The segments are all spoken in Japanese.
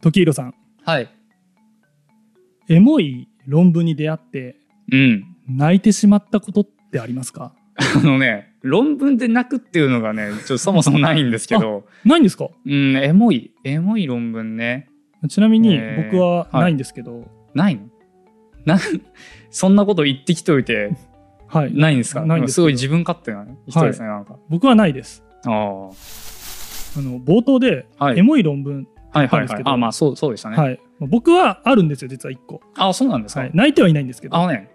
時宏さんはい。エモい論文に出会ってうん。 泣いてしまったことってありますかあのね、論文で泣くっていうのがね、ちょっとそもそもないんですけ ど、ないんですかうん、エモい、エモい論文ね。ちなみにえー僕はないんですけど、ないのな、 そんなこと言ってきておいて、はい、ないんですかないんですけどすごい自分勝手な人ですね、なんか。僕はないです。ああ。あの冒頭ではいエ。モい論文、はいったんはいですはけい。どあ、まあそう、そうでしたね。はい僕はあるんですよ実は1個、あ、そうなんですか。はい、泣いてはいないんですけど、あはのね、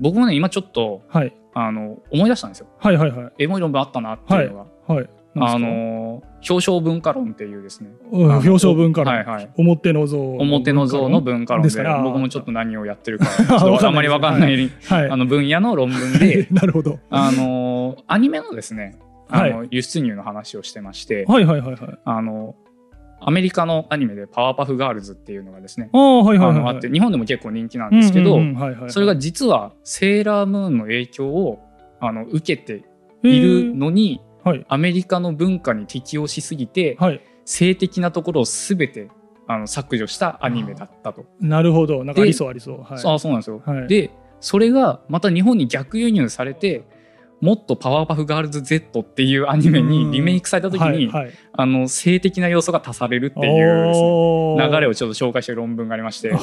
僕もね、今ちょっと、い、あの、思い出したんですよ。はいはいはいエモい論文あったなっていうのが。はいあなんですの、表彰文化論っていうですね。かうん表彰文化論、はいはい。表の像の文化論表の像の文化論ですでかねあー僕もちょっと何をやって るかちょっとあんまりわかんないはいあの分野の論文で なるほどあのアニメのですねあの、輸出入の話をしてまして、はいはいはいはいあのアメリカのアニメで「パワーパフガールズ」っていうのがですねああはいはいはいあのはいあって日本でも結構人気なんですけど、うんうんうんはいはいはいそれが実はセーラームーンの影響をあの受けているのに、えーはいアメリカの文化に適応しすぎて、はい性的なところを全てあの削除したアニメだったと。なるほどなんかでありそうありそうはいあそうなんですよ、はいでそれがまた日本に逆輸入されてもっと「パワーパフガールズ Z」っていうアニメうんにリメイクされた時に、はいはいあの性的な要素が足されるっていうですね、おー流れをちょっと紹介してる論文があり ましては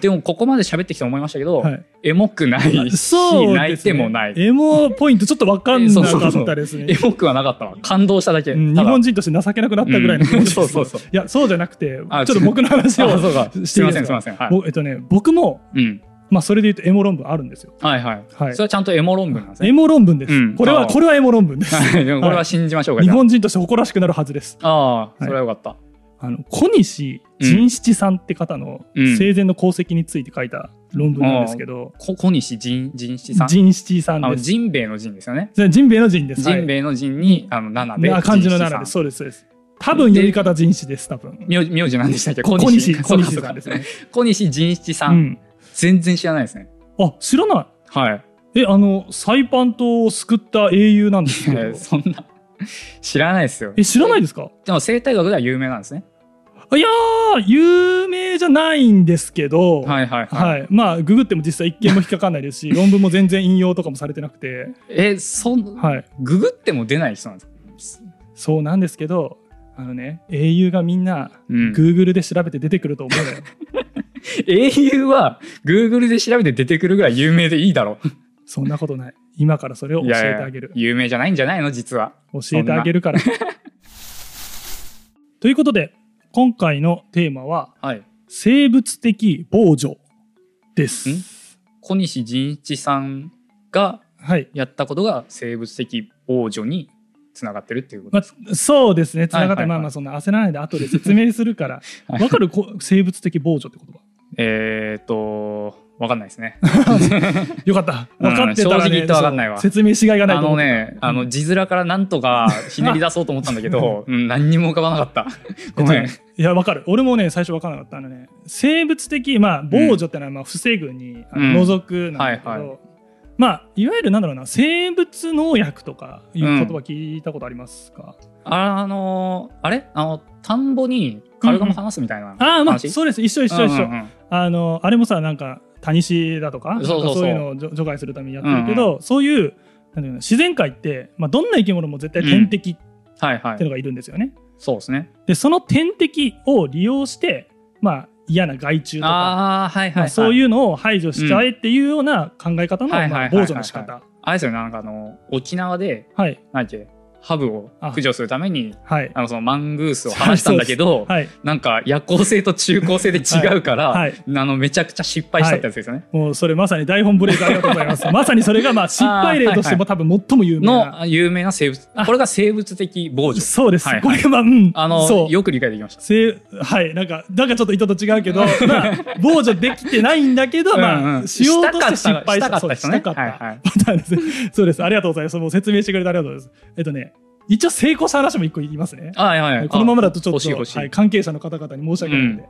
でもここまで喋ってきて思いましたけど、 いエモくないし、そうですね泣いてもない、エモポイントちょっと分かんなかった ですねエモくはなかったわ感動しただけ、うん日ただ本人として情けなくなったぐらいの気持ちですうんそうそうそういやそうじゃなくてちょっあと僕の話あを そうかしすていいいまですせんすいかませんはい、僕えっとね僕もうん、まあそれで言うとエモ論文あるんですよはいはい、はいそれはちゃんとエモ論文なんですねエモ論文ですうんこれあはーこれはエモ論文です はいでもこれは信じましょうか、日じゃあ本人として誇らしくなるはずですああそれはよかった、あの小西仁七さんって方のうん生前の功績について書いた論文なんですけどこ小西仁仁七さん仁七さんあのですジンベエのジンですよね。じンベエの仁ですジンベエのジンに、あの七はいであ漢字の奈良です仁そうですそうです多分読み方仁七です多分七さん。名名字なんでしたっけ？小西小西そうさかんですそうかね小西仁七さ。うんん全然知らないですね。あ知らないはい。えあのサイパン島を救った英雄なんですけどそんな知らないですよ。え知らないですかでも生態学では有名なんですね。あいやー有名じゃないんですけどいはいはいはい。はい、まあググっても実際一件も引っかかんないですし論文も全然引用とかもされてなくて、えそんはい、ググっても出ない人なんですか。そうなんですけどあのね英雄がみんなうん。 Google で調べて出てくると思うのよ、英雄は Google で調べて出てくるぐらい有名でいいだろそんなことない今からそれをう。教えてあげる有名じゃないんじゃないの実は。教えてあげるから ということで今回のテーマははい。生物的防除ですん小西仁一さんがはいやったことが生物的防除につながってるっていうことまあ、そうですね、つながって、はいはいはいまあまあ、そんな焦らないで、後で説明するから、はいわかるこ生物的防除って言葉。えーっとわかんないですねよかった、うん分かってたら、ね正直言ってわかんないわそう説明しがいがないあと思のう。ねあの字面からなんとかひねり出そうと思ったんだ けど、うん、何にも浮かばなかったごめんいや、わかる、俺もね、最初わからなかったあのね、生物的、まあ、防除ってのは、まあ、防ぐに、あのうん除くなんだけど、はいはまあ、いわゆるなんだろうな、生物農薬とかいううん言葉聞いたことありますか、ああのーあれあの田んぼにカルガモ放すみたいな話、ああ、まあ、そうです、一緒一緒一緒。うんうんうんあのあれもさなんかタニシだとかそうそうそなんかういうのを除除外するためにやってるけど、そういうなんていうの自然界って、まあ、どんな生き物も絶対天敵ってはいはいいうのがいるんですよね。そうですねでその天敵を利用して、まあ、嫌な害虫とか、ああはいはい、はいまあ、そういうのを排除しちゃえっていうような考え方のはいまはあいはいはい防除の仕方。あれですよねなんかあの沖縄ではい何だっけハブを駆除するためにはいあのそのマングースを放したんだけど、はい、なんか夜行性と中高性で違うから、はいはいあのめちゃくちゃ失敗したってやつですよね。もうそれまさに台本ブレイクありがとうござい ますまさにそれがまあ失敗例としても多分最も有名な、の有名な生物これが生物的防除そうです、はいはいこれがまあうんあのそうよく理解できました。せはいなんかなんかちょっと意図と違うけどまあ防除できてないんだけど、まうんうあんしようとして失敗したしたかっそた人うねしかったはいはいパターンですねそうですありがとうございますもう説明してくれてありがとうございますえっとね一応成功した話も一個言いますねはいはい、このままだとちょっ欲しいと、欲しいはい、関係者の方々に申し訳ないので、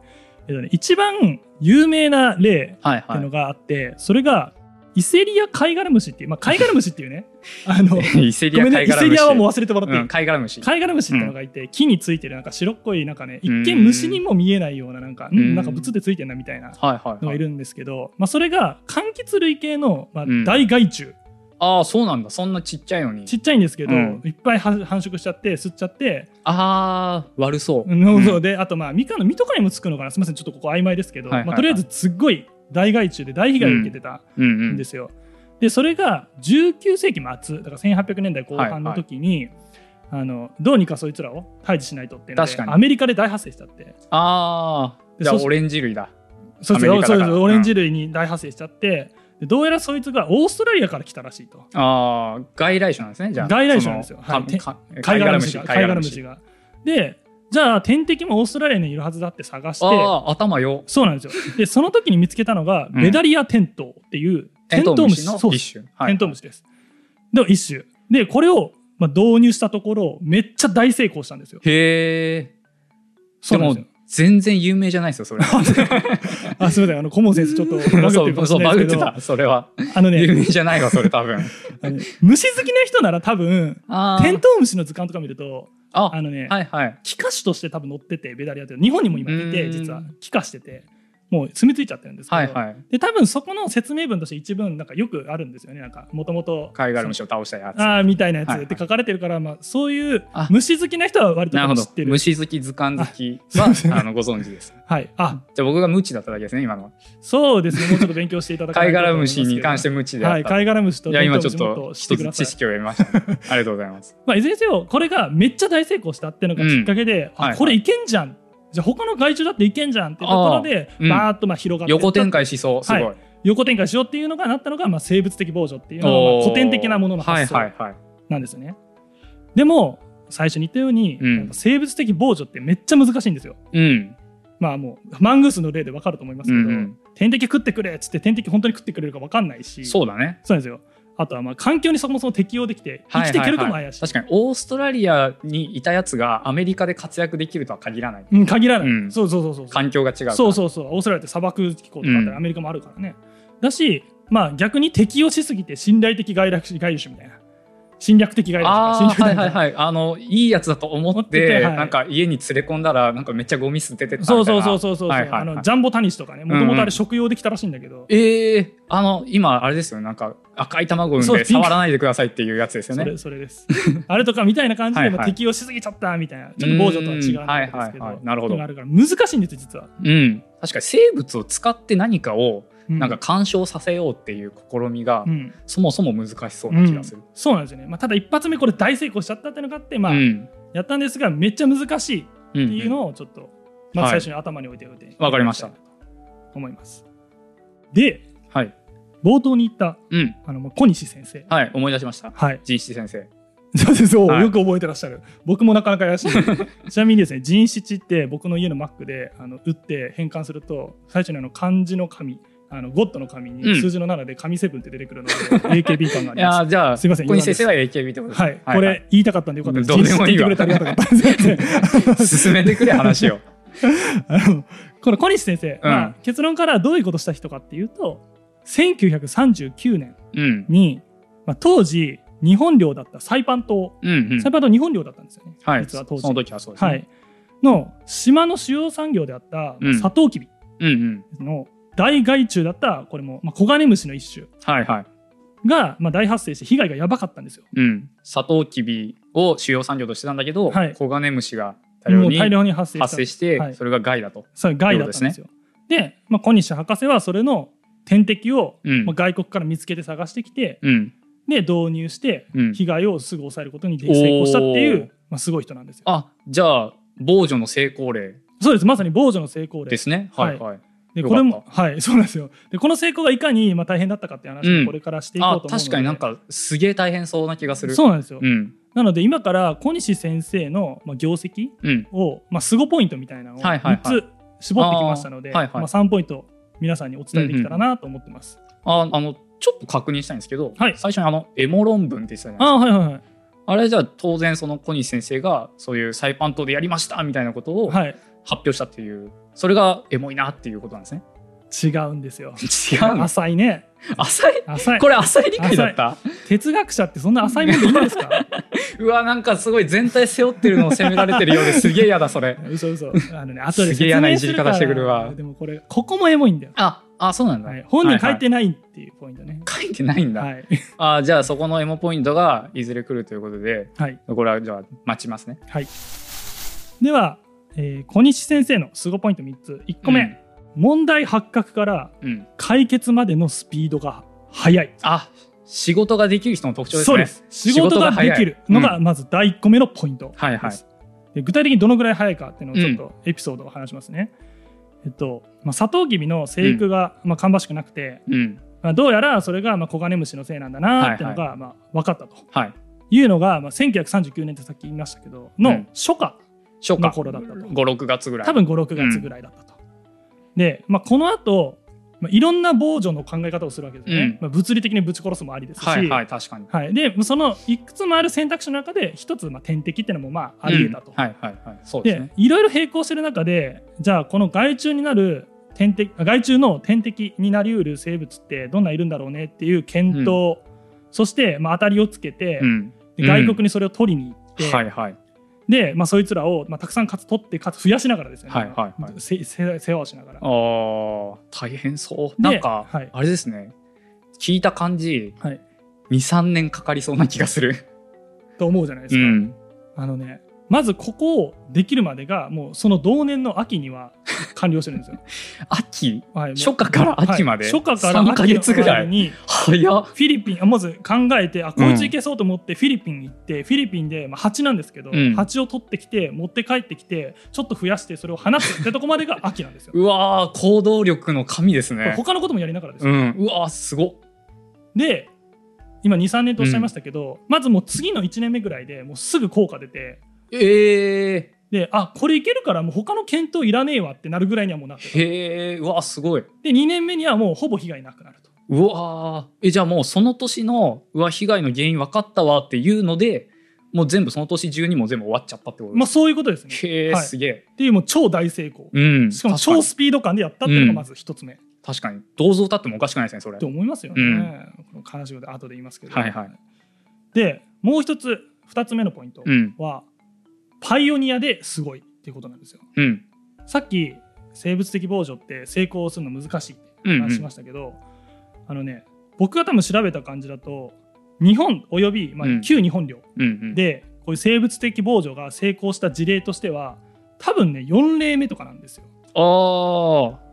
えっとね、一番有名な例はいってはいうのいがあって、それがイセリアカイガラムシっていう、まあ、カイガラムシっていう ね、あの、イセリごめアんね、貝イ殻セ虫。リアはもう忘れてもらっていい、うん、貝殻虫。カイガラムシってのがいて、木についてるなんか白っぽいなんかね一うん見虫にも見えないようななんか、うんなんかブツでついてんなみたいなはいはい、のはがいい。るんですけど、まあ、それが柑橘類系の、まあうん、大害虫、ああ、そうなんだ。そんなちっちゃいのに。ちっちゃいんですけど、うんいっぱいは繁殖しちゃって吸っちゃって、ああ、悪そう。うんそうであとまあミカの実とかにもつくのかなすみませんちょっとここ曖昧ですけど、はいはいはいまあ、とりあえずすっごい大害虫で大被害を受けてたうんうんんで。すよ。でそれが19世紀末だから1800年代後半の時に、あのどうにかそいつらを退治しないとっていうので確かにアメリカで大発生しちゃってああ、でじゃそうあそうオレンジ類だ。そうアそメリうカそだうからそうオレンジ類に大発生しちゃって、でどうやらそいつがオーストラリアから来たらしいとああ、外来種なんですね。じゃあ。外来種なんですよそのはいかか貝貝殻殻虫虫。が貝殻虫が。が。でじゃあ天敵もオーストラリアにいるはずだって探してああー、頭よ。そうなんですよ でその時に見つけたのがうんレダリアテントウっていうテントウムシのそう一種。はテいントウムシです。の一種。で、これを、まあ、導入したところ、めっちゃ大成功したんですよ。へえ。そでうなんもですよ。全然有名じゃないです よ、それ。あ、すみません。あの、顧問先生、ちょっとバグって そるかもしう、そうれなバいでグっすてけど、た、それは。あの 有ね、名じゃないわ、それ多分。あの虫好きな人なら多分、あーテントウムシの図鑑とか見ると、ああのね、はいはい。気化種として多分乗ってて、ベダリアって、日本にも今いうて、ん実は気化してて、もう住み着いちゃってるんですけど、はいはい。で、多分そこの説明文として一文、なんかよくあるんですよね。なんか、もともと。貝殻虫を倒したやつ。あーみたいなやつはいはいって書かれてるから、まあ、そういうあ虫好きな人は割となるほ知どって。る。虫好き、図鑑好きそうですねは、あの、ご存知です。はい、あじゃあ僕が無知だっただけですね、今のは。そうですねもうちょっと勉強していただきた 貝殻虫に関してて無知であはっいた。貝殻虫といや、テン今トウちムょシもっっとと知って一くつださ知い識を得ましたね。 ありがとうございます。まあいずれにせよこれがめっちゃ大成功したってのがきっかけで、うんはいはあいこれいけんじゃん、じゃあ他の害虫だっていけんじゃんっていうところであーうんバーっとまあ広がって横展開しそう、すごい。は横展開しようっていうのがなったのがまあ生物的防除っていうのはまあおー古典的なものの発はい想はいはい。なんですよね、でも最初に言ったように、うんやっぱ生物的防除ってめっちゃ難しいんですようん。まあもうマングースの例でわかると思いますうけど、んうん、天敵食ってくれっつって天敵本当に食ってくれるかわかんないしそうだね。そうなんですよ。あとはまあ環境にそもそも適応できて生きていけるかも怪しい。確かにオーストラリアにいたやつがアメリカで活躍できるとは限らない。うん、限らない、うんそうそうそうそう。環境が違うから。そうそうそう。オーストラリアって砂漠気候とかあったうんらアメリカもあるからね。だし、まあ逆に適応しすぎて信頼的外来種外来種みたいな。侵略的外来あ種あとか侵略的外来はいはい種はいあのいいやつだと思って思っててはいなんか家に連れ込んだらなんかめっちゃゴミ捨ててたみたいそなうそうそうそうそう。はいはいあはいのジャンボタニシとかね、もともとあれ食用できたらしいんだけど。ええあの今あれですよなんか赤い卵産そんうでですピンク触らないでくださいっていうやつですよそねれそれです。 あれとかみたいな感じはでいはいもう適応しすぎちゃったみたいな、ちょっと防除とは違うんですけど、うんはいはいはいなるほどのがあるから難しいんですよ、実は。うん確かに生物を使って何かをうなんか、干渉させようっていう試みがうん、そもそも難しそうな気がするうん、そうなんですよね、まあ、ただ一発目これ大成功しちゃったっていうのがあって、まあうんやったんですがめっちゃ難しいっうんていうのをちょっとまず最初に頭に置いておいてわかりましたいだきいなと思いますではい冒頭に言ったうんあのまあ小西先生はい思い出しましたはい人七先生そうですそう、はいよく覚えてらっしゃる僕もなかなか怪しい ちなみにですね人七って僕の家の Mac であの打って変換すると最初にあの漢字の神あのゴッドの神うんに数字の7で神セブンって出てくる ので、AKB 感があいりますやーじゃあすいません小西先生は AKB ってことですはい、これ言いたかったんでよかったです。どうでもいいわ人生って言ってくれてありがたかった です。進めてくれ 話をあのこの小西先生、うんまあ、結論からどういうことした人かっていうと、1939年うんに、まあ、当時日本領だったサイパン島、うんうんサイパン島日本領だったんですよね。はい実は当時その時はそうですねはい、の島の主要産業であったうんサトウキビうんうんの大害虫だったこれも、まあ、コガネムシの一種はいはいが、まあ、大発生して被害がやばかったんですよ。うんサトウキビを主要産業としてたんだけどはいコガネムシが大量もうに大量に発生した発生して、はいそれが害だと。それ害だったんですよ。でまあ、小西博士はそれの天敵を、うんまあ、外国から見つけて探してきて、うん。で導入してうん被害をすぐ抑えることに成功したっていう、おーまあ、すごい人なんですよ。あ、じゃあ、防除の成功例そうですまさに防除の成功例ですね。はいはいはい。でよこかったれもはいそうなんですよでこの成功がいかにまあ大変だったかっていう話うんをこれからしていこうあ、と思うので、確かになんか、すげえ大変そうな気がする。そうなんですよ、うん。なので今から小西先生のまあ業績うん。を、まあ、スゴポイントみたいなのをはいはいはい3つ絞ってきましたので、あーはいはいまあ、3ポイント皆さんにお伝えできたらなと思ってます。あ、あの、ちょっと確認したいんですけど、はい最初にあの、エモ論文って言ってたじゃないですか。あーはいはいはいあれじゃあ、当然、その小西先生が、そういうサイパン島でやりましたみたいなことを発はい、表したっていう、それがエモいなっていうことなんですね。違うんですよ。違うの浅いね。浅い浅い。これ浅い理解だった哲学者ってそんな浅いもんでいいんです かうわなんかすごい全体背負ってるのを責められてるようですげえ嫌だそれ嘘嘘。あのね、後です説げえ嫌な明いすじるりから方してくるわでもこれ、ここもエモいんだよ。ああそうなんだ、はい、本に書いはてないっていうポイントね。いはい書いてないんだ、はい。あじゃあそこのエモポイントがいずれ来るということではい。これはじゃあ待ちますねでは、えー小西先生のスゴポイント3つ。1個目、問題発覚からうん、うん解決までのスピードが速い。あ仕事ができる人の特徴ですねそうです。仕仕事事がが早いできるのがまず第1個目のポイントです。はいはいで具体的にどのぐらい早いかっていうのをちょっとエピソードを話しますね。えっと、まあ、サトウキビの生育が、まあ、芳しくなくて、うんまあ、どうやらそれがまあコガネムシのせいなんだなっていうのが、まあ、分かったとはいいうのが、まあ、1939年ってさっき言いましたけどうのん初夏、初の夏頃だったと56月ぐらい多分56月ぐらいだったと。で、まあ、この後、まあいろんな防除の考え方をするわけですよね、うんまあ、物理的にぶち殺すもありですし、はいはい確かにはい、でそのいくつもある選択肢の中で一つまあ天敵っていうのもまああり得たと。うんはいはいはいそうですでねいろいろ並行してる中でじゃあこの害虫になる天敵あ害虫の天敵になりうる生物ってどんないるんだろうねっていう検討、そしてまあ当たりをつけて、うんで外国にそれを取りに行って、はいはいで、まあ、そいつらを、まあ、たくさんかつ取ってかつ増やしながらですよね、はいはいはいせせ世話をしながら。あー大変そうなんか、はいあれですね聞いた感じ、はい23年かかりそうな気がすると思うじゃないですか。んあのねまずここをできるまでがもうその同年の秋には完了してるんですよ。秋はい、もう初夏から秋まで、はい初夏から3ヶ月ぐ秋らの間いに早っフィリピンあまず考えてあこいついけそうと思ってフィリピンに行って、フィリピンで、まあ、蜂なんですけど、うん蜂を取ってきて持って帰ってきてちょっと増やしてそれを放 つってとこまでが秋なんですよ。こうわー行動力の神ですれね他のこともやりながらですうよ。んうわーすごっで今23年とおっしゃいましたけど、まずもう次の1年目ぐらいでもうすぐ効果出てええであこれいけるからもう他の検討いらねえわってなるぐらいにはもうなってるへえうわーすごいで2年目にはもうほぼ被害なくなると。うわーえじゃあもうその年のうわ被害の原因分かったわっていうのでもう全部その年中にもう全部終わっちゃったってことまあ、そういうことですね。へえ、はいすげえっていうもう超大成功。うんしかも確か超にスピード感でやったっていうのがまず一つ目。確かに銅像立ってもおかしくないですねそれって思いますよね。この悲しいこと後で言いますけど。はいはいでもう一つ二つ目のポイントうんは、パイオニアですごいっていうことなんですよ。うんさっき生物的防除って成功するの難しいって話しましたけど、あのね僕が多分調べた感じだと日本および、まうあ、ん旧日本領うんうんで、こういう生物的防除が成功した事例としては多分ね4例目とかなんですよ。あー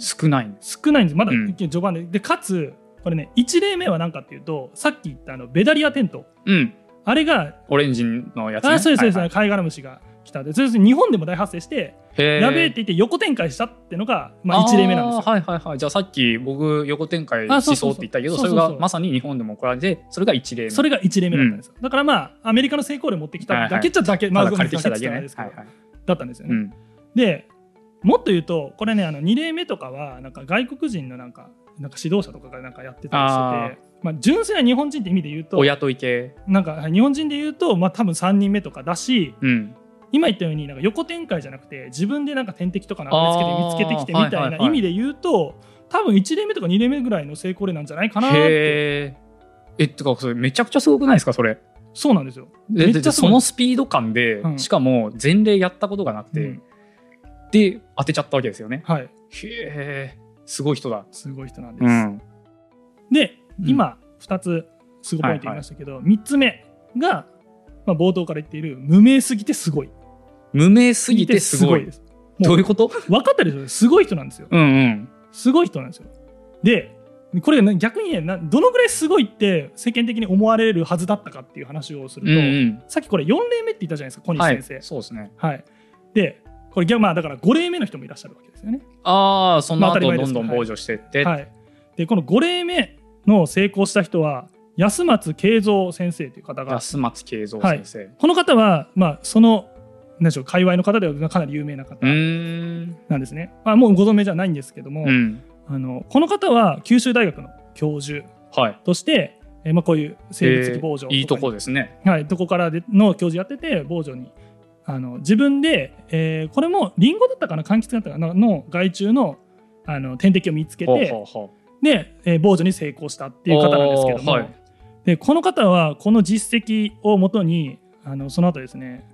少ないんです少ないんですまだうん序盤で,、でかつこれね1例目は何かっていうとさっき言ったあのベダリアテントうんあれが、オレンジのやつ、ね、あそうですそうです、はいはい貝殻虫が来たんでそれで日本でも大発生して、へーやべえって言って横展開したってのが、まあ、1例目なんですよあーはいはいはいじゃあさっき僕横展開あそうしそそうそううって言ったけどそそうそうそうれがまさに日本でも起こられてそれが一例目それが1例目だったんですよ、だからまあアメリカの成功例持ってきただけっちゃだけ、ままだあ借りてきただけねだけっちゃはだけでいすけどはいだったんですよね、うんでもっと言うとこれねあの2例目とかはなんか外国人のなんかなんか指導者とかがなんかやってたりしててまあ、純粋な日本人って意味で言うと親といけなんかはい日本人で言うと、まあ、多分3人目とかだしうん今言ったようになんか横展開じゃなくて自分でなんか天敵とかなんか見つけてあー見つけてきてみたはいいはないはい意味で言うと、多分1例目とか2例目ぐらいの成功例なんじゃないかなってへええってかそれめちゃくちゃすごくないですかそれそうなんですよ。でめっちゃすごいそのスピード感で、うんしかも前例やったことがなくて、うんで当てちゃったわけですよねはい、へえすごい人だすごい人なんです。うんでうん今2つすごいポイント言いましたけど、3つ目が、まあ、冒頭から言っている無名すぎてすごい。無名すぎてすごいです。どういうこと分かったでしょすごい人なんですよ。うんうんすごい人なんですよ。で、これね逆にね、などのぐらいすごいって世間的に思われるはずだったかっていう話をするうんと、うんさっきこれ4例目って言ったじゃないですか、小西は先い生。そうですねはい。で、これ逆、まあだから5例目の人もいらっしゃるわけですよね。ああそのまあ当たり後前でどすんどん傍受していって、はい。で、この5例目の成功した人は、安松慶三先生という方が、安松慶三先生、うこの方は、まあその、なんでしょう、界隈の方ではかなり有名な方ーんなんですね。まあもうご存命じゃないんですけども、うんあのこの方は九州大学の教授。はいとして、えーまあ、こういう生物的防除えーいいとこで、ですねはい、とこからでの教授やってて防除にあの自分で、えーこれもリンゴだったかな柑橘だったかなの害虫のあの天敵を見つけて、ほうほうほで、えー防除に成功したっていう方なんですけども、おーはいでこの方はこの実績をもとにあのその後ですね、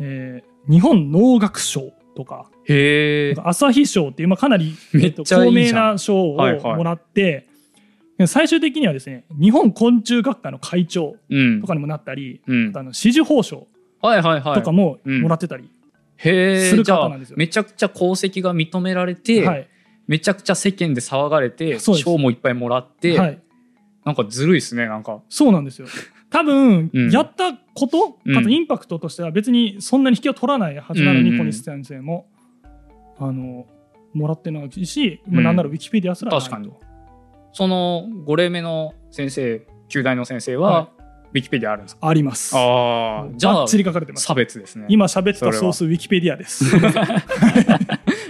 えー日本能楽賞とかうへえなんか朝日賞っていう、まあ、かなり、めえっっと、ちゃい高いじ名ゃんな賞をはいはいもらって、最終的にはですね日本昆虫学会の会長うんとかにもなったり、うんあとあの紫綬褒章はいはいはいとかもうんもらってたり、へえするじゃ方あなんですよめちゃくちゃ功績が認められて、はいめちゃくちゃ世間で騒がれてそうです賞もいっぱいもらって、はい、なんかずるいですねなんかそうなんですよ多分、うんやったことうんあとインパクトとしては別にそんなに引きを取らないはずなのに、うんうん小西先生もあのもらってないし、うまあんなんならウィキペディアすらないと確かにその5例目の先生9代の先生は、はウィキペディアあるんですかありますああじゃばあっちり書かれてます差別ですね今喋ってそたれはソースウィキペディア です、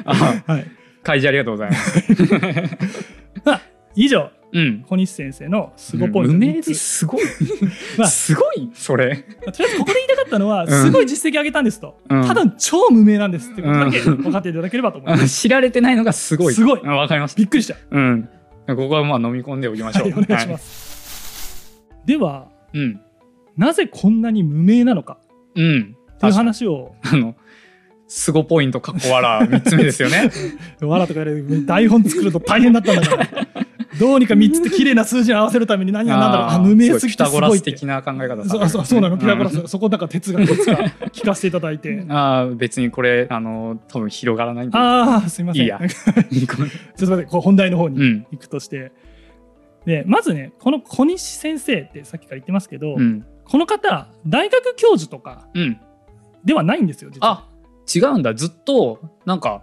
あはい、開示ありがとうござい ます以上うん小西先生のすごポイン無ト名3でつ、すごい、 まあすごいそれまあとりあえずここで言いたかったのは、んすごい実績上げたんですと、うんただ超無名なんですってことだけうん分かっていただければと思います、 知られてないのがすごいすごいうんわかりましたびっくりしたうんここはまあ飲み込んでおきましょはう、いお願いしますす、でははいうんなぜこんなに無名なのかうんっていう話をあの、スゴポイントかっこわら3つ目ですよね。わらとかやる台本作ると大変だったんだか らどうにか3つって綺麗な数字に合わせるために何が何だろうあーあ無名すぎてピタすゴラごいスって的な考え方そうそうそうなのピタゴラス、うんそこだから哲学い つか聞かせていただいてあー別にこれ、あの、多分広がらないんで。ああすいませんいい やちょっと待ってこう本題の方 うにん。行くとして、でまずねこの小西先生ってさっきから言ってますけど、うん。この方大学教授とかうん。ではないんですよ実はあ、違うんだ。ずっと、なんか、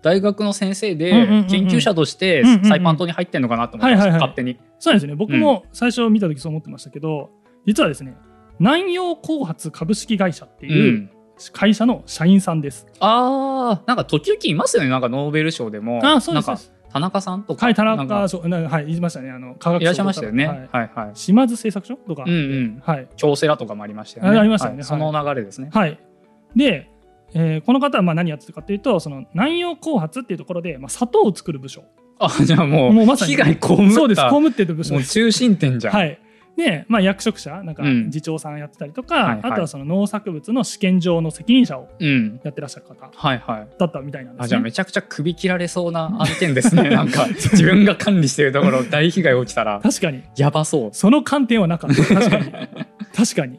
大学の先生でうんうんうんうん研究者としてうんうんうんサイパン島に入ってんのかなと思ってましはた、いはいはい勝手に。そうですね僕も最初見た時そう思ってましたけど、実はですね南洋興発株式会社ってういう、ん。会社の社員さんです。ああ、なんか時々いますよね。なんかノーベル賞でも。あそうですなんかそう田中さんとか。はい、田なん中か賞、なはい、言いましたね。あの、科学いらっしゃいましたよね。ははいい、はい。島津製作所とか、うんうん。はい、京セラとかもありましたよね。あありましたよねはいその流れですね。はい。で、えーこの方はまあ何やってたかというと、その南洋興発っていうところで、まあ、砂糖を作る部署。あじゃあもうもうまさに被害被ったそうです、工務っていう部署もでうす。中心点じゃん。はい。で、まあ、役職者、なんかうん次長さんやってたりとはか、いはいあとはその農作物の試験場の責任者をうん。やってらっしゃる方はいはい。だったみたいなんです、ね。あじゃあめちゃくちゃ首切られそうな案件です ね。なんか自分が管理してるところ大被害起きたら確かに、やばそう。その観点はなかった。確かに。確かに。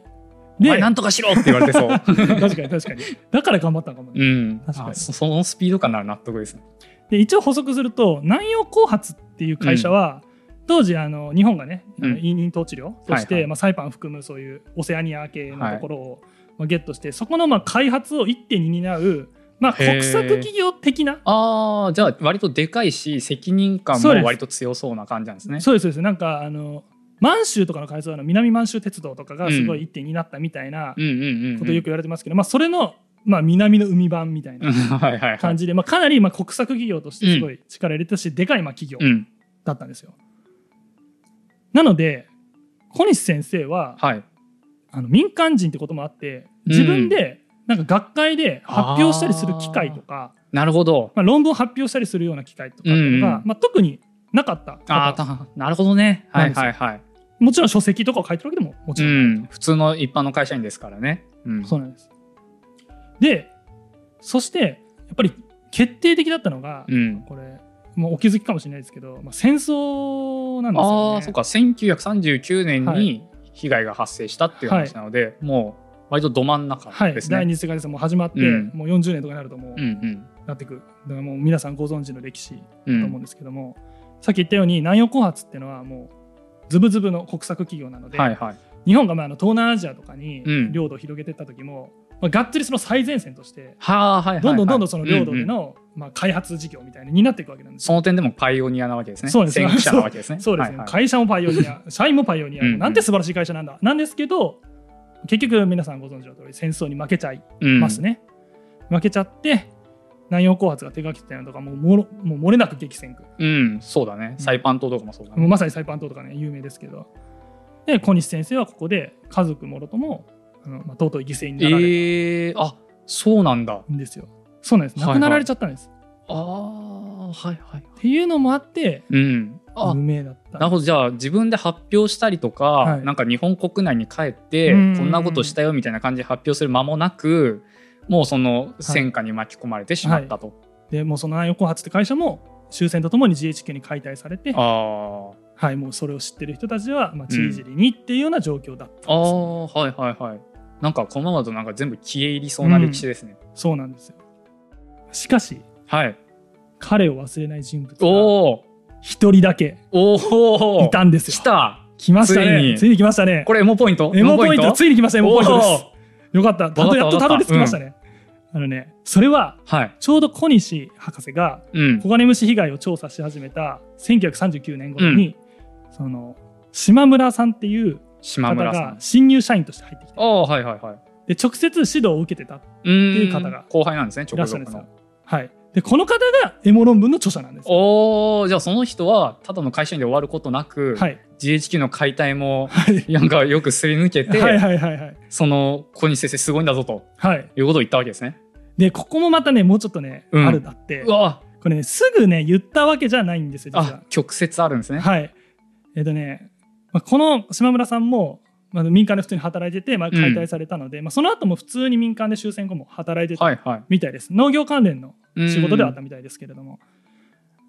お前なんとかしろって言われてそう。確かに確かにだから頑張ったのかもね、 うん。確かにあそそのスピード感なら納得ですね。で一応補足すると南洋興発っていう会社は、当時あの日本がね、あうんの移民統治領として、はいはいまあ、サイパン含むそういうオセアニア系のところを、まあ、ゲットしてそこのまあ開発を一手に担う、まあ、へー国策企業的なああじゃあ割とでかいし責任感もそうです割と強そうな感じなんですね。そうですそうですなんかあの満州とかの開発はあの南満州鉄道とかがすごい一手になったみたいなうんうんうんうん。ことをよく言われてますけど、まあ、それの、まあ、南の海版みたいうんなはいはいはい。感じで、まあ、かなりまあ国策企業としてすごい力入れてたし、でかいまあ企業うん。だったんですよ。なので小西先生ははい。あの民間人ってこともあって自分でなんか学会で発表したりする機会とか、なるほど。まあ、論文を発表したりするような機会とかっていうのが、うんうんまあ、特になかったああ方たなるほどね。はいはいはい。もちろん書籍とかを書いてるわけでももちうろんないん、普通の一般の会社員ですからね。うん、そうなんです。でそしてやっぱり決定的だったのが、うんこれもうお気づきかもしれないですけど、まあ、戦争なんですよね。ああ、そっか、1939年はに被害が発生したっていう話なので、もう割とど真んは中い、ですね。第二次世界大戦も始まって、うんもう40年とかになるともううんなってくる、だからもう皆さんご存知の歴史だうんと思うんですけども、さっき言ったように南洋興発っていうのはもうズブズブの国策企業なのうで、ん、はいはい。日本がまああの東南アジアとかにうん領土を広げていった時も、まあ、がっつりその最前線としてはあ、はいはい、はい。どんどんどんどんその領土うでんうんの、まあ、開発事業みたいになっていくわけなんですそよ。の点でもパイオニアなわけですね。そうです先駆者なわけです ね。そうですね、はいはい会社もパイオニ ア社員もパイオニアうんうんなんて素晴らしい会社なんだなんですけど結局皆さんご存知の通り戦争に負けちゃいうんますね、負けちゃって南洋興発が手がけてたのとかもうもろもう漏れなく激戦区うん、そうだね。サイパン島とかもそうだもうね。まさにサイパン島とかね有名ですけどで小西先生はここで家族もろともあの、まあ、尊い犠牲になられええー、あそうなんだ。たんですよ、そうなんですはいは亡いくなられちゃったんです、ああ、あはいはい。ていうのもあってうん。あ無名だったなるほどじゃあ自分で発表したりとか、はいなんか日本国内に帰ってこうんんなことしたよみたいな感じで発表する間もなくもうその戦火に巻き込まれてしまったと。でもうその南洋興発って会社も終戦とともに GHQ に解体されて、あはい、もうそれを知ってる人たちは、まあ、ちりじりにっていうような状況だったんですあね、ああはいはいはい。なんかこのままだとなんか全部消え入りそうな歴史ですね。そうなんですよしかしはい。彼を忘れない人物がおお一人だけおおいたんですよ来た来ましたねついについに来ましたねこれエモポイントエモポイントついに来ましたエモポイントですおよかったたわどかったやっとわかったたどり着きましたね、あのねそれはーはい。ちょうど小西博士がうんコ。ガネムシ被害を調査し始めた1939年頃に、その島村さんっていう島方村さんが。新入社員として入ってきてああはいはいはい。で直接指導を受けてたっていいう方が後輩なんですねい直らっしゃるん属ですよの。。はい、でこの方がエモ論文の著者なんです。おおじゃあその人はただの会社員で終わることなく、はい GHQ の解体もはいなんかよくすり抜けて、はいはいはいはい。その小西先生すごいんだぞとはい、いうことを言ったわけですね。でここもまたねもうちょっとね、うんあるだってうわこれねすぐね言ったわけじゃないんですよ実あは。曲折あるんですね。はい、えっ、とね、まあ、この島村さんも、まあ、民間で普通に働いてて、まあ、うん解体されたので、まあ、その後も普通に民間で終戦後も働いてたはいはみたいです、農業関連のい。。仕事ではあったたみたいですけれども、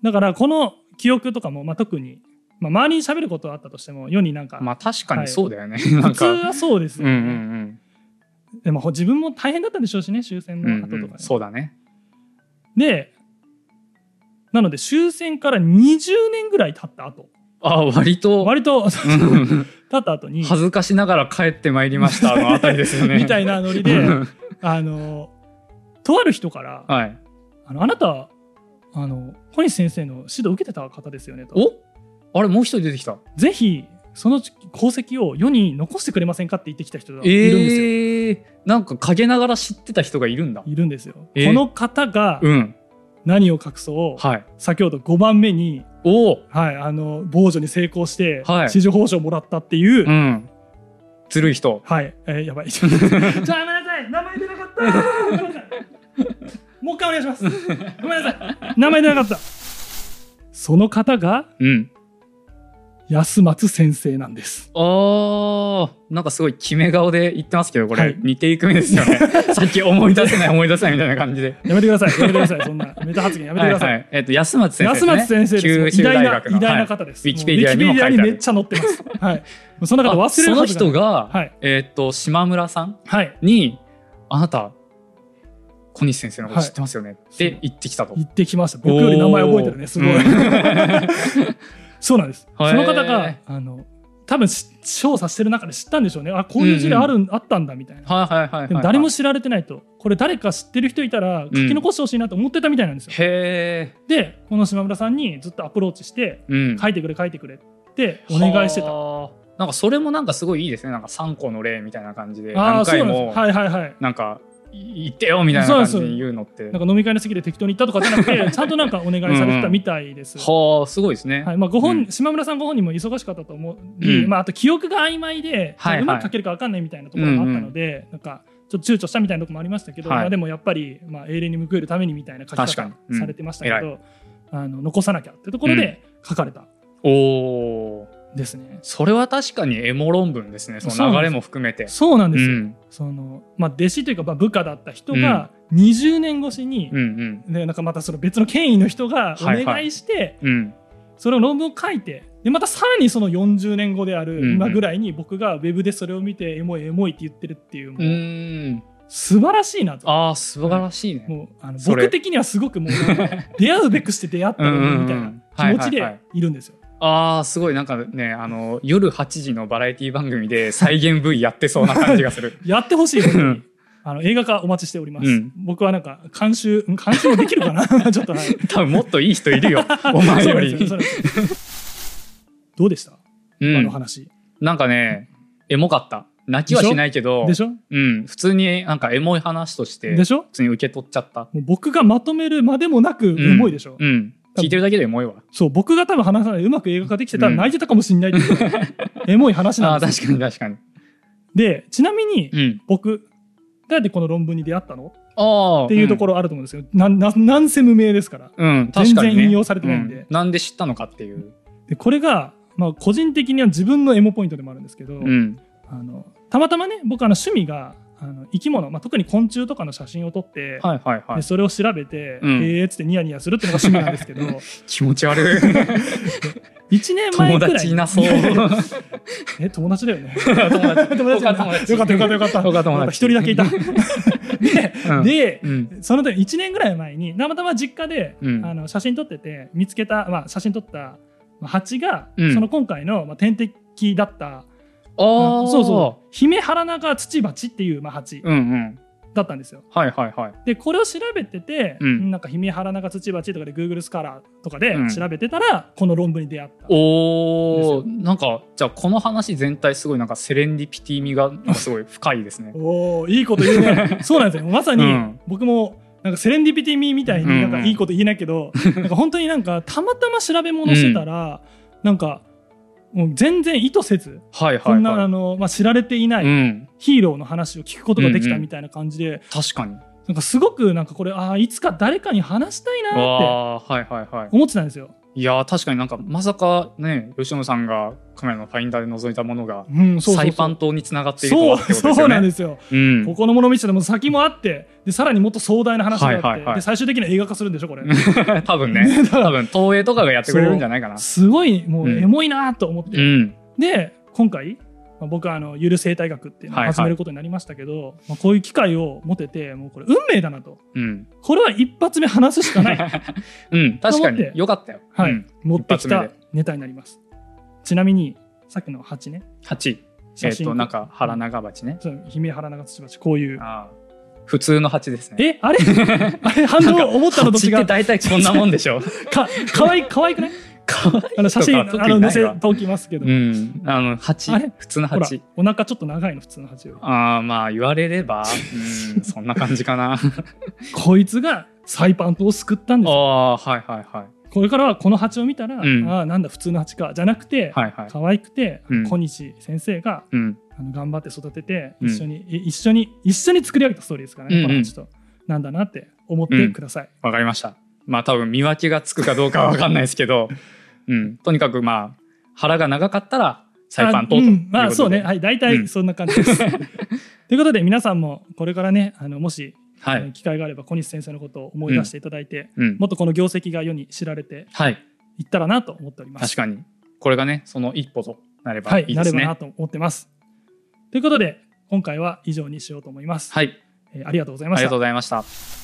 だからこの記憶とかも、まあ、特に、まあ、周りに喋ることはあったとしても世になんか、まあ確かにそうだよね。 な普ん通か。うんはそうですうんようね、んでも自分も大変だったんでしょうしね終戦うんの後とかね、うんうんそうだね。でなので終戦から20年ぐらい経った後あ割と割と経うんった後に恥ずかしながら帰ってまいりましたのあたりですよ ね。みたいなノリ ではあのとある人から「い。あのあなたあの小西先生の指導受けてた方ですよね」とおあれもう一人出てきた。 「ぜひその功績を世に残してくれませんか?」って言ってきた人がいるんですよ。ええー、なんか陰ながら知ってた人がいるんだ。いるんですよ、えーこの方がうん。何を隠そう、はい。先ほど5番目に、おお。はい、あの防除に成功してはい紫綬褒章をもらったっていう、うん。ずるい人。はい、えーやばい。 ちょっとごめんなさい、名前出なかった。ごめんなさいもう一回お願いします。ごめんなさい、名前出なかった。その方がうん。安松先生なんです。ああ、なんかすごい決め顔で言ってますけど、こはれい似ていく目で すよね。さっき思い出せない思い出せないみたいな感じで。やめてください、やめてください、そんなメタ発言やめてください。はいはい、えっ、と安松先生、ね。安松先生九です。州偉大大な学の偉大なはい方です。ウィキペディアにもウィキペ書いてあるめっちゃ載ってます。はい。もうその方あ忘れそるのこと人が。が、はいえっ、と島村さんはい。にあなた小西先生のこと知ってますよね、って言ってきたと。行ってきました。僕より名前覚えてるね。すごい。おー そうなんです。へーその方が、あの、多分し調査してる中で知ったんでしょうね。あ、こういう事例ある、あったんだみたいな。はいはいはいはい、でも誰も知られてないと、これ誰か知ってる人いたら書き残してほしいなと思ってたみたいなんですよ。へえ。で、この島村さんにずっとアプローチして、うん書いてくれ、書いてくれってお願いしてた。はあなんかそれもなんかすごいいいですね。なんか三個の例みたいな感じであ何あ、そうな回んでもす。はいはいはい。なんか言ってよみたいな感じで言うのって、なんか飲み会の席で適当に行ったとかじゃなく て、ちゃんとなんかお願いされてたみたいです。はあすごいですね。はいまあ、ご本うん島村さんご本人も忙しかったと思うし、うんまあ、あと記憶が曖昧で、はいはいうまく書けるか分かんないみたいなところがあったので、なんかちょっと躊躇したみたいなところもありましたけど、はいまあ、でもやっぱり、まあ、英霊に報いるためにみたいな書き確か方にうんされてましたけ偉ど、あの残さなきゃってところで書かれたんおおー、ですね。それは確かにエモ論文ですね。その流れも含めて。そうなんうですよ、んそのまあ、弟子というか、まあ、部下だった人が20年越しに、うんうんでなんかまたその別の権威の人がおはいは願いいして、うん。それを論文を書いてでまたさらにその40年後であうんうるん今ぐらいに僕がウェブでそれを見てエモいエモいって言ってるっていうもううーん。素晴らしいなと。ああ素晴らしいね。もうあのそれ僕的にはすごくもう なんか出会うべくして出会ったうんうんうのんみたいな気持ちはいはいはでいいるんですよ。ああすごいなんかねあの夜8時のバラエティ番組で再現 V やってそうな感じが する。やってほしい本当うにんあの映画化お待ちしております。うん僕はなんか監修ん監修もできるか なちょっとはい。多分もっといい人いる よお前より。そうなんですよそうなんですよどうでした、うんあの話なんかね、エモかった。泣きはしないけど、でしょうん、普通になんかエモい話として、で普しょ通に受け取っちゃった。もう僕がまとめるまでもなくうんエモいでしょ、うん。聞いてるだけでエモいわ。そう、僕が多分話さないうまく映画化できてたうらん泣いてたかもしれないっていう エモい話あなあんでー、すよ。確かに確かに。で、ちなみにうん。僕、どうやってこの論文に出会ったのああっていうところ、ろあると思うんですよ、なななんせ無名ですからうんう全ん、確か然に、ね、引用されてないんで,、うなんで知ったのかっていう、でこれが、まあ、個人的には自分のエモポイントでもあるんですけど、うん、あのたまたまね僕あの趣味があの生き物、まあ、特に昆虫とかの写真を撮って、はいはいはでいそれを調べて、うんええっつってニヤニヤするっていうのが趣味なんですけど気持ち悪い1年 前 友くらい達いなそうえ 友達だよね 友達友達だよねよかったよかったよかったよかった友達ま一人だけいたで,、うんでうんその時1年ぐらい前にたまたま実家で、うんあの写真撮ってて見つけた、まあ、写真撮ったまあ蜂が、うんその今回の、まあ、天敵だったああそうそうヒメハラナガツチバチっていう、まあ、蜂うんうんだったんですよ。はいはいはいでこれを調べてて、うんなんかヒメハラナガツチバチとかで Google スカラーとかでうん調べてたら、この論文に出会った。おーなんかじゃあこの話全体すごいなんかセレンディピティ味がなんかすごい深いです ねおおーいいこと言う ねそうなんですよまさにうん僕もなんかセレンディピティミーみたいになんうかんうんいいこと言えないけ ど、なんか本当になんかたまたま調べ物してたら、なんかもう全然意図せずはいはいこはいんな、あのまあ、知られていなういんヒーローの話を聞くことができうたんみたいな感じで、確かになんかすごくなんかこれあーいつか誰かに話したいなーってわあはいはいはい思ってたんですよ。いやー確かになんかまさかね吉野さんがカメラのファインダーで覗いたものがうん、そうそうサそうイパン島につながっているとそはうってことですそうよなんね。ですよ、うんここの物見せでも先もあってでさらにもっと壮大な話があって、はいはいはいで最終的には映画化するんでしょこれ多分ね多分東映とかがやってくれるんじゃないかな。すごいもううんエモいなと思って、うんで今回、まあ、僕はあのゆる生態学っていうのをはいはい始めることになりましたけど、まあ、こういう機会を持ててもうこれ運命だなとうんこれは一発目話すしか ないうん確かにと思ってよかったよ。はいうん持ってき一発目たでネタになりますちなみにさっきの蜂ね八え写っ真となんか腹長鉢ね。そうヒメハラナガツチバチこういうあー普通の八ですね。えあれ あれ反応思ったのと蜂違ってう大体こんなもんでしょ。かかわいいかわ いくないかわいいあの写真あとか特のにな載いせわておきますけど、 うんあの八あれ普通のほら八。お腹ちょっと長いの普通の蜂よりああまあ言われれば うんそんな感じかな。こいつがサイパン島を救ったんですあよあはいはいはいこれからはこの蜂を見たら、うんああなんだ普通の蜂かじゃなくて、はいはい。可愛くて、うん小西先生がうんあの頑張って育ててうん一緒に、い一緒に一緒に作り上げたストーリーですからね、うんうんこの蜂となんだなって思ってください、わかりました。まあ多分見分けがつくかどうかはわかんないですけ ど、うん、とにかくまあ腹が長かったらサイパンとあとういんまあことそうでねはい大体そんな感じ です、ということで皆さんもこれからねあのもし、はあのい、機会があれば小西先生のことを思い出していただいて、うん、もっとこの業績が世に知られてはい、いったらなと思っております確かにこれがねその一歩となればはいい、いなれですばね。なと思ってます。ということで、今回は以上にしようと思います。はい、えーありがとうございあましたりがとう。ございました。